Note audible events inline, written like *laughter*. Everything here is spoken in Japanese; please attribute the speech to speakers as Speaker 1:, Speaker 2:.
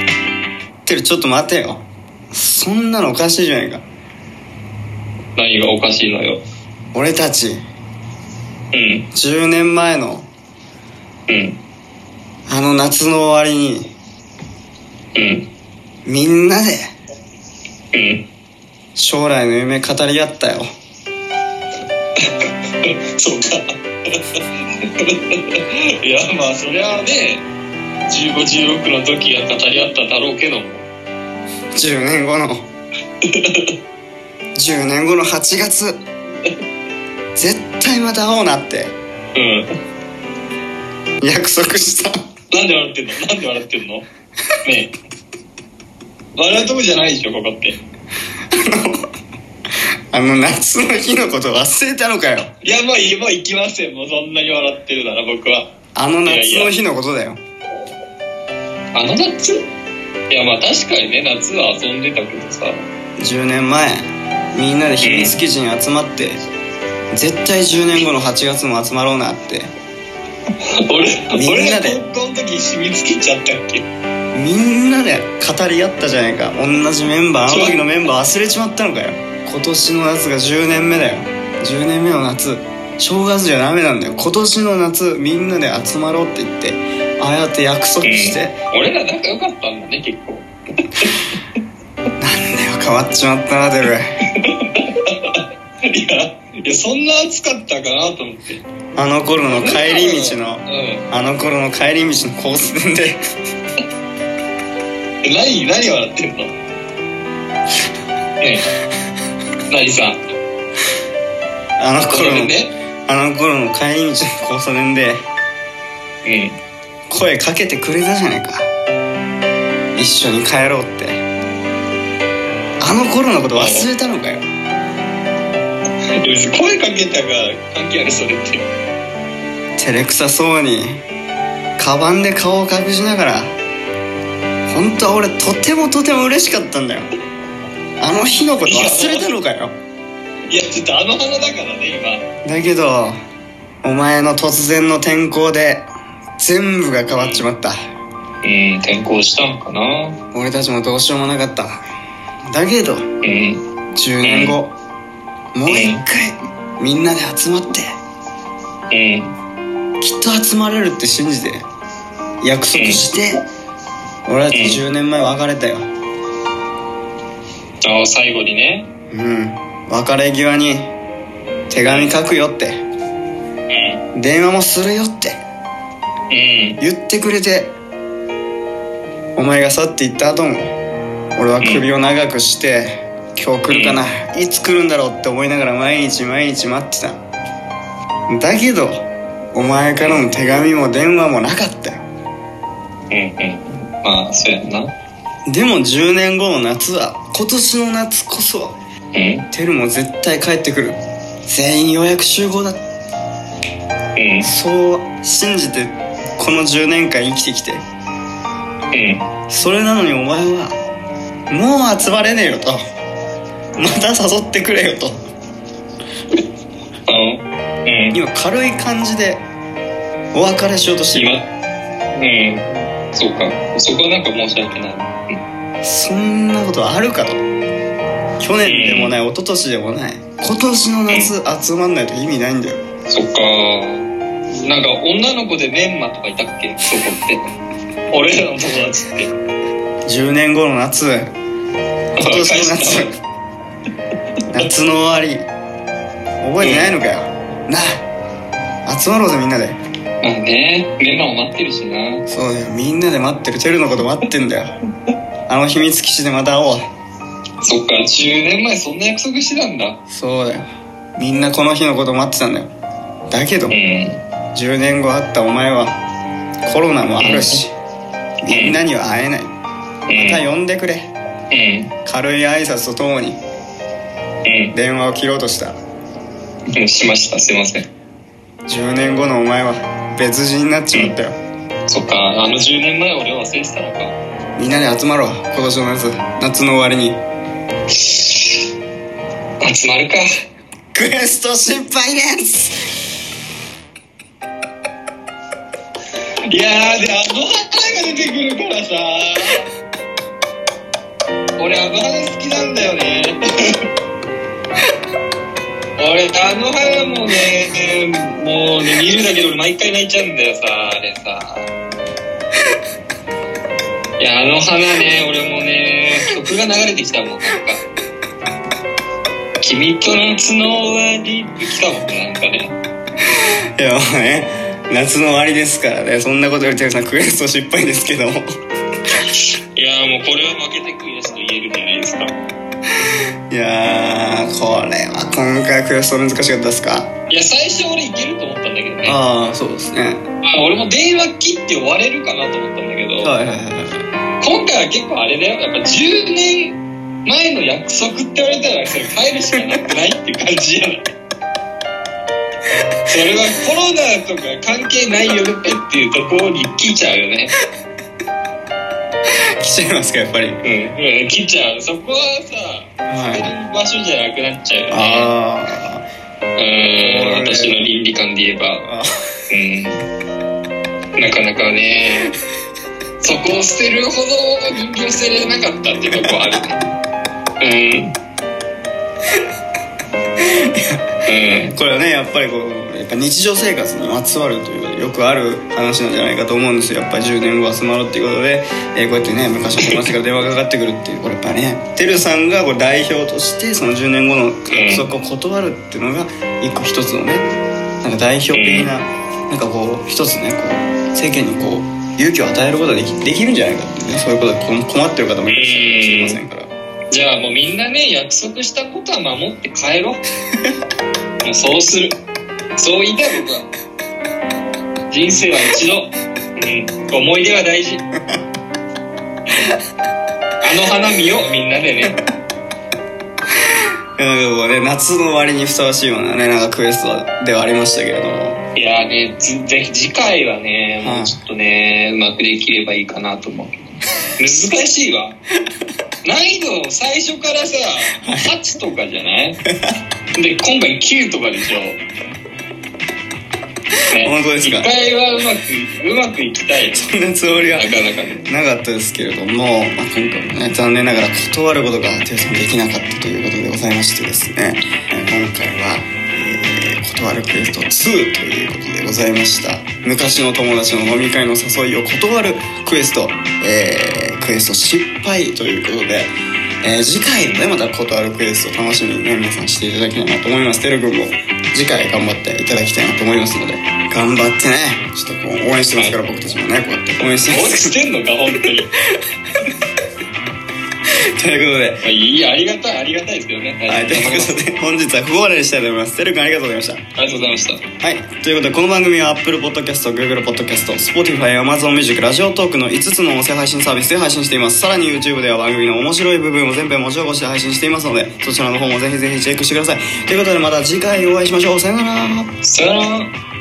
Speaker 1: ってるちょっと待てよそんなのおかしいじゃないか
Speaker 2: 何がおかしいのよ
Speaker 1: 俺たち
Speaker 2: うん
Speaker 1: 10年前の
Speaker 2: うん
Speaker 1: あの夏の終わりに
Speaker 2: うん
Speaker 1: みんなで
Speaker 2: うん *laughs*
Speaker 1: 将来の夢語り合ったよ
Speaker 2: そうか *laughs* いやまあそりゃあね1516の時は語り合っただろうけども
Speaker 1: 10年後の10年後の8月絶対また会おうなって
Speaker 2: うん
Speaker 1: 約束した
Speaker 2: なんで笑ってんのなんで笑ってんのねえ笑うとこじゃないでしょここって
Speaker 1: あの夏の日のこと忘れたのかよ
Speaker 2: いやまあ今行きませんもうそんなに笑ってるなら僕は
Speaker 1: あの夏の日のことだよ
Speaker 2: あの夏いやまあ確かにね夏は遊んでたけどさ
Speaker 1: 10年前みんなで秘密基地に集まって絶対10年後の8月も集まろうなって
Speaker 2: 俺
Speaker 1: みんな
Speaker 2: 俺
Speaker 1: で
Speaker 2: が高校の時染みつけちゃったっけ
Speaker 1: みんなで語り合ったじゃないか同じメンバーあの時のメンバー忘れちまったのかよ今年の夏が10年目だよ10年目の夏正月じゃダメなんだよ今年の夏みんなで集まろうって言ってああやって約束して、
Speaker 2: うん俺ら仲良かったんだね結構 *laughs*
Speaker 1: なんだよ変わっちまったなてる
Speaker 2: いやいやそんな暑かったかなと思って
Speaker 1: あの頃の帰り道の
Speaker 2: うん
Speaker 1: あの頃の帰り道の交差点で
Speaker 2: え何何笑ってんのねえ何さ
Speaker 1: あの
Speaker 2: こ
Speaker 1: 頃
Speaker 2: れ
Speaker 1: の
Speaker 2: ね
Speaker 1: あの頃の帰り道の交差点で
Speaker 2: うん
Speaker 1: 声かけてくれたじゃないか一緒に帰ろうってあの頃のこと忘れたのかよ
Speaker 2: 別に声かけたが関係あるそれって
Speaker 1: 照れくさそうにカバンで顔を隠しながら本当は俺とてもとても嬉しかったんだよあの日のこと忘れたのかよ
Speaker 2: いやちょっとあの花だからね
Speaker 1: だけどお前の突然の転校で全部が変わっちまった
Speaker 2: 今うん転校したんかな
Speaker 1: 俺たちもどうしようもなかっただけど
Speaker 2: うん
Speaker 1: 10年後、もう一回、みんなで集まって
Speaker 2: うん
Speaker 1: きっと集まれるって信じて約束して、俺たち10年前別れたよ
Speaker 2: あ最後にね
Speaker 1: うん別れ際に手紙書くよって
Speaker 2: うん
Speaker 1: 電話もするよって
Speaker 2: うん
Speaker 1: 言ってくれてお前が去って行った後も俺は首を長くして今日来るかな、いつ来るんだろうって思いながら毎日毎日待ってただけどお前からの手紙も電話もなかったよ
Speaker 2: うんうんまあそうやんな
Speaker 1: でも10年後の夏は今年の夏こそ
Speaker 2: うん
Speaker 1: テルも絶対帰ってくる全員ようやく集合だ
Speaker 2: うん
Speaker 1: そう信じてこの10年間生きてきて
Speaker 2: うん
Speaker 1: それなのにお前はもう集まれねえよとまた誘ってくれよと
Speaker 2: あのうん
Speaker 1: 今軽い感じでお別れしようとして
Speaker 2: 今
Speaker 1: る
Speaker 2: うんそうかそこはなんか申し訳ない
Speaker 1: そんなことあるかと去年でもない一昨年でもない今年の夏集まんないと意味ないんだよ
Speaker 2: そっかなんか女の子でメンマとかいたっけそこって *laughs* 俺らの友達って
Speaker 1: 10年後の夏今年の夏
Speaker 2: *laughs*
Speaker 1: 夏の終わり覚えてないのかよなあ集まろうぜみんなで
Speaker 2: まあねメンマも待ってるしな
Speaker 1: そうだよみんなで待ってるテルのこと待ってんだよあの秘密基地でまた会おう
Speaker 2: そっか10年前そんな約束してたんだ
Speaker 1: そうだよみんなこの日のこと待ってたんだよだけど
Speaker 2: うんう
Speaker 1: 10年後会ったお前はコロナもあるしみんなには会えないまた
Speaker 2: ん
Speaker 1: 呼んでくれ
Speaker 2: うん
Speaker 1: 軽い挨拶とともに電話を切ろうとした
Speaker 2: うんうんしましたすいません
Speaker 1: 10年後のお前は別人になっちまったよ
Speaker 2: そっかあの10年前俺を忘れてたのか
Speaker 1: みんなで集まろう今年の夏夏の終わりに
Speaker 2: 集まるか
Speaker 1: クエスト失敗です
Speaker 2: いやーであの花が出てくるからさ俺あの花好きなんだよね *laughs* 俺あの花もねもうね見るだけで俺毎回泣いちゃうんだよさあれさいやあの花ね俺もね曲が流れてきたもんなんか「君と夏の終わり」ってきたもんなんかね
Speaker 1: いやもうね夏の終わりですからねそんなことよりテルさんクエスト失敗ですけども
Speaker 2: いやもうこれは負けてくいやつと言えるじゃないですか
Speaker 1: いやーこれは今回クエスト難しかったですか
Speaker 2: いや最初俺いけると思ったんだけどね
Speaker 1: ああそうですね
Speaker 2: まあ、俺も電話切って終われるかなと思ったんだけど、
Speaker 1: はいはいはい
Speaker 2: 今回は結構あれだよやっぱ10年前の約束って言われたらそれ帰るしかなくないっていう感じやないそれはコロナとか関係ないよねっていうところに来ちゃうよね
Speaker 1: 来ちゃいますかやっぱり
Speaker 2: うん、うん、来ちゃうそこはさ
Speaker 1: はい
Speaker 2: 捨てる場所じゃなくなっちゃうよね
Speaker 1: あ
Speaker 2: うん私の倫理観で言えば
Speaker 1: ーあ
Speaker 2: うんなかなかね、そこを捨てるほど人間を捨てれなかったっていうとこあるね。うん。
Speaker 1: これはねやっぱりこうやっぱ日常生活にまつわるというよくある話なんじゃないかと思うんですよやっぱり10年後は集まろうっていうことで、えーこうやってね昔の友達から電話がかかってくるっていうこれやっぱねてるさんがこう代表としてその10年後の約束を断るっていうのが一個一つのねなんか代表的ななんかこう一つねこう世間にこう勇気を与えることができできるんじゃないかっていうねそういうことで困困ってる方もいらっしゃるかもしれませんから。
Speaker 2: うん。じゃあもうみんなね、約束したことは守って帰ろう。もうそうする。そう言いたい僕は。人生は一度。うん。思い出は大事。あの花見よう、みんなでね。
Speaker 1: いやなんかこうね、夏の終わりにふさわしいようなね、なんかクエストではありましたけれども。
Speaker 2: いやーね、ぜぜひ次回はね、
Speaker 1: はい
Speaker 2: もうちょっとね、うまくできればいいかなと思うけど。
Speaker 1: *laughs*
Speaker 2: 難しいわ。難易度最初からさ、8とかじゃないで、今回9とかでしょ。ね
Speaker 1: 本当ですか
Speaker 2: 一回はうまく、うまくいきたいよ。
Speaker 1: そんなつもりは
Speaker 2: なかなかね。
Speaker 1: なかったですけれども、まあ、今回もね、残念ながら断ることがテルさんできなかったということでございましてですね、えー今回は、えー断るクエスト2ということでございました。昔の友達の飲み会の誘いを断るクエスト、えークエスト失敗ということで、えー次回もね、また断るクエストを楽しみにね、皆さんしていただきたいなと思います。てるくんも次回頑張っていただきたいなと思いますので、頑張ってね、ちょっとこう応援してますから、僕たちもね、こうやって応援してま
Speaker 2: どう
Speaker 1: すから
Speaker 2: してんのか、本当に。ま
Speaker 1: ということで、
Speaker 2: あ、いい、ありがたい、ありがたいですけどね。
Speaker 1: はい、ということで、本日はここまでにしたいと思います。てるくんありがとうございました。
Speaker 2: ありがとうございました。
Speaker 1: はい、ということで、この番組は Apple Podcast、Google Podcast、Spotify、Amazon Music、ラジオトークの5つの音声配信サービスで配信しています。さらに YouTube では番組の面白い部分を全編文字起こしで配信していますので、そちらの方もぜひぜひチェックしてください。ということで、また次回お会いしましょう。さよなら。
Speaker 2: さよなら。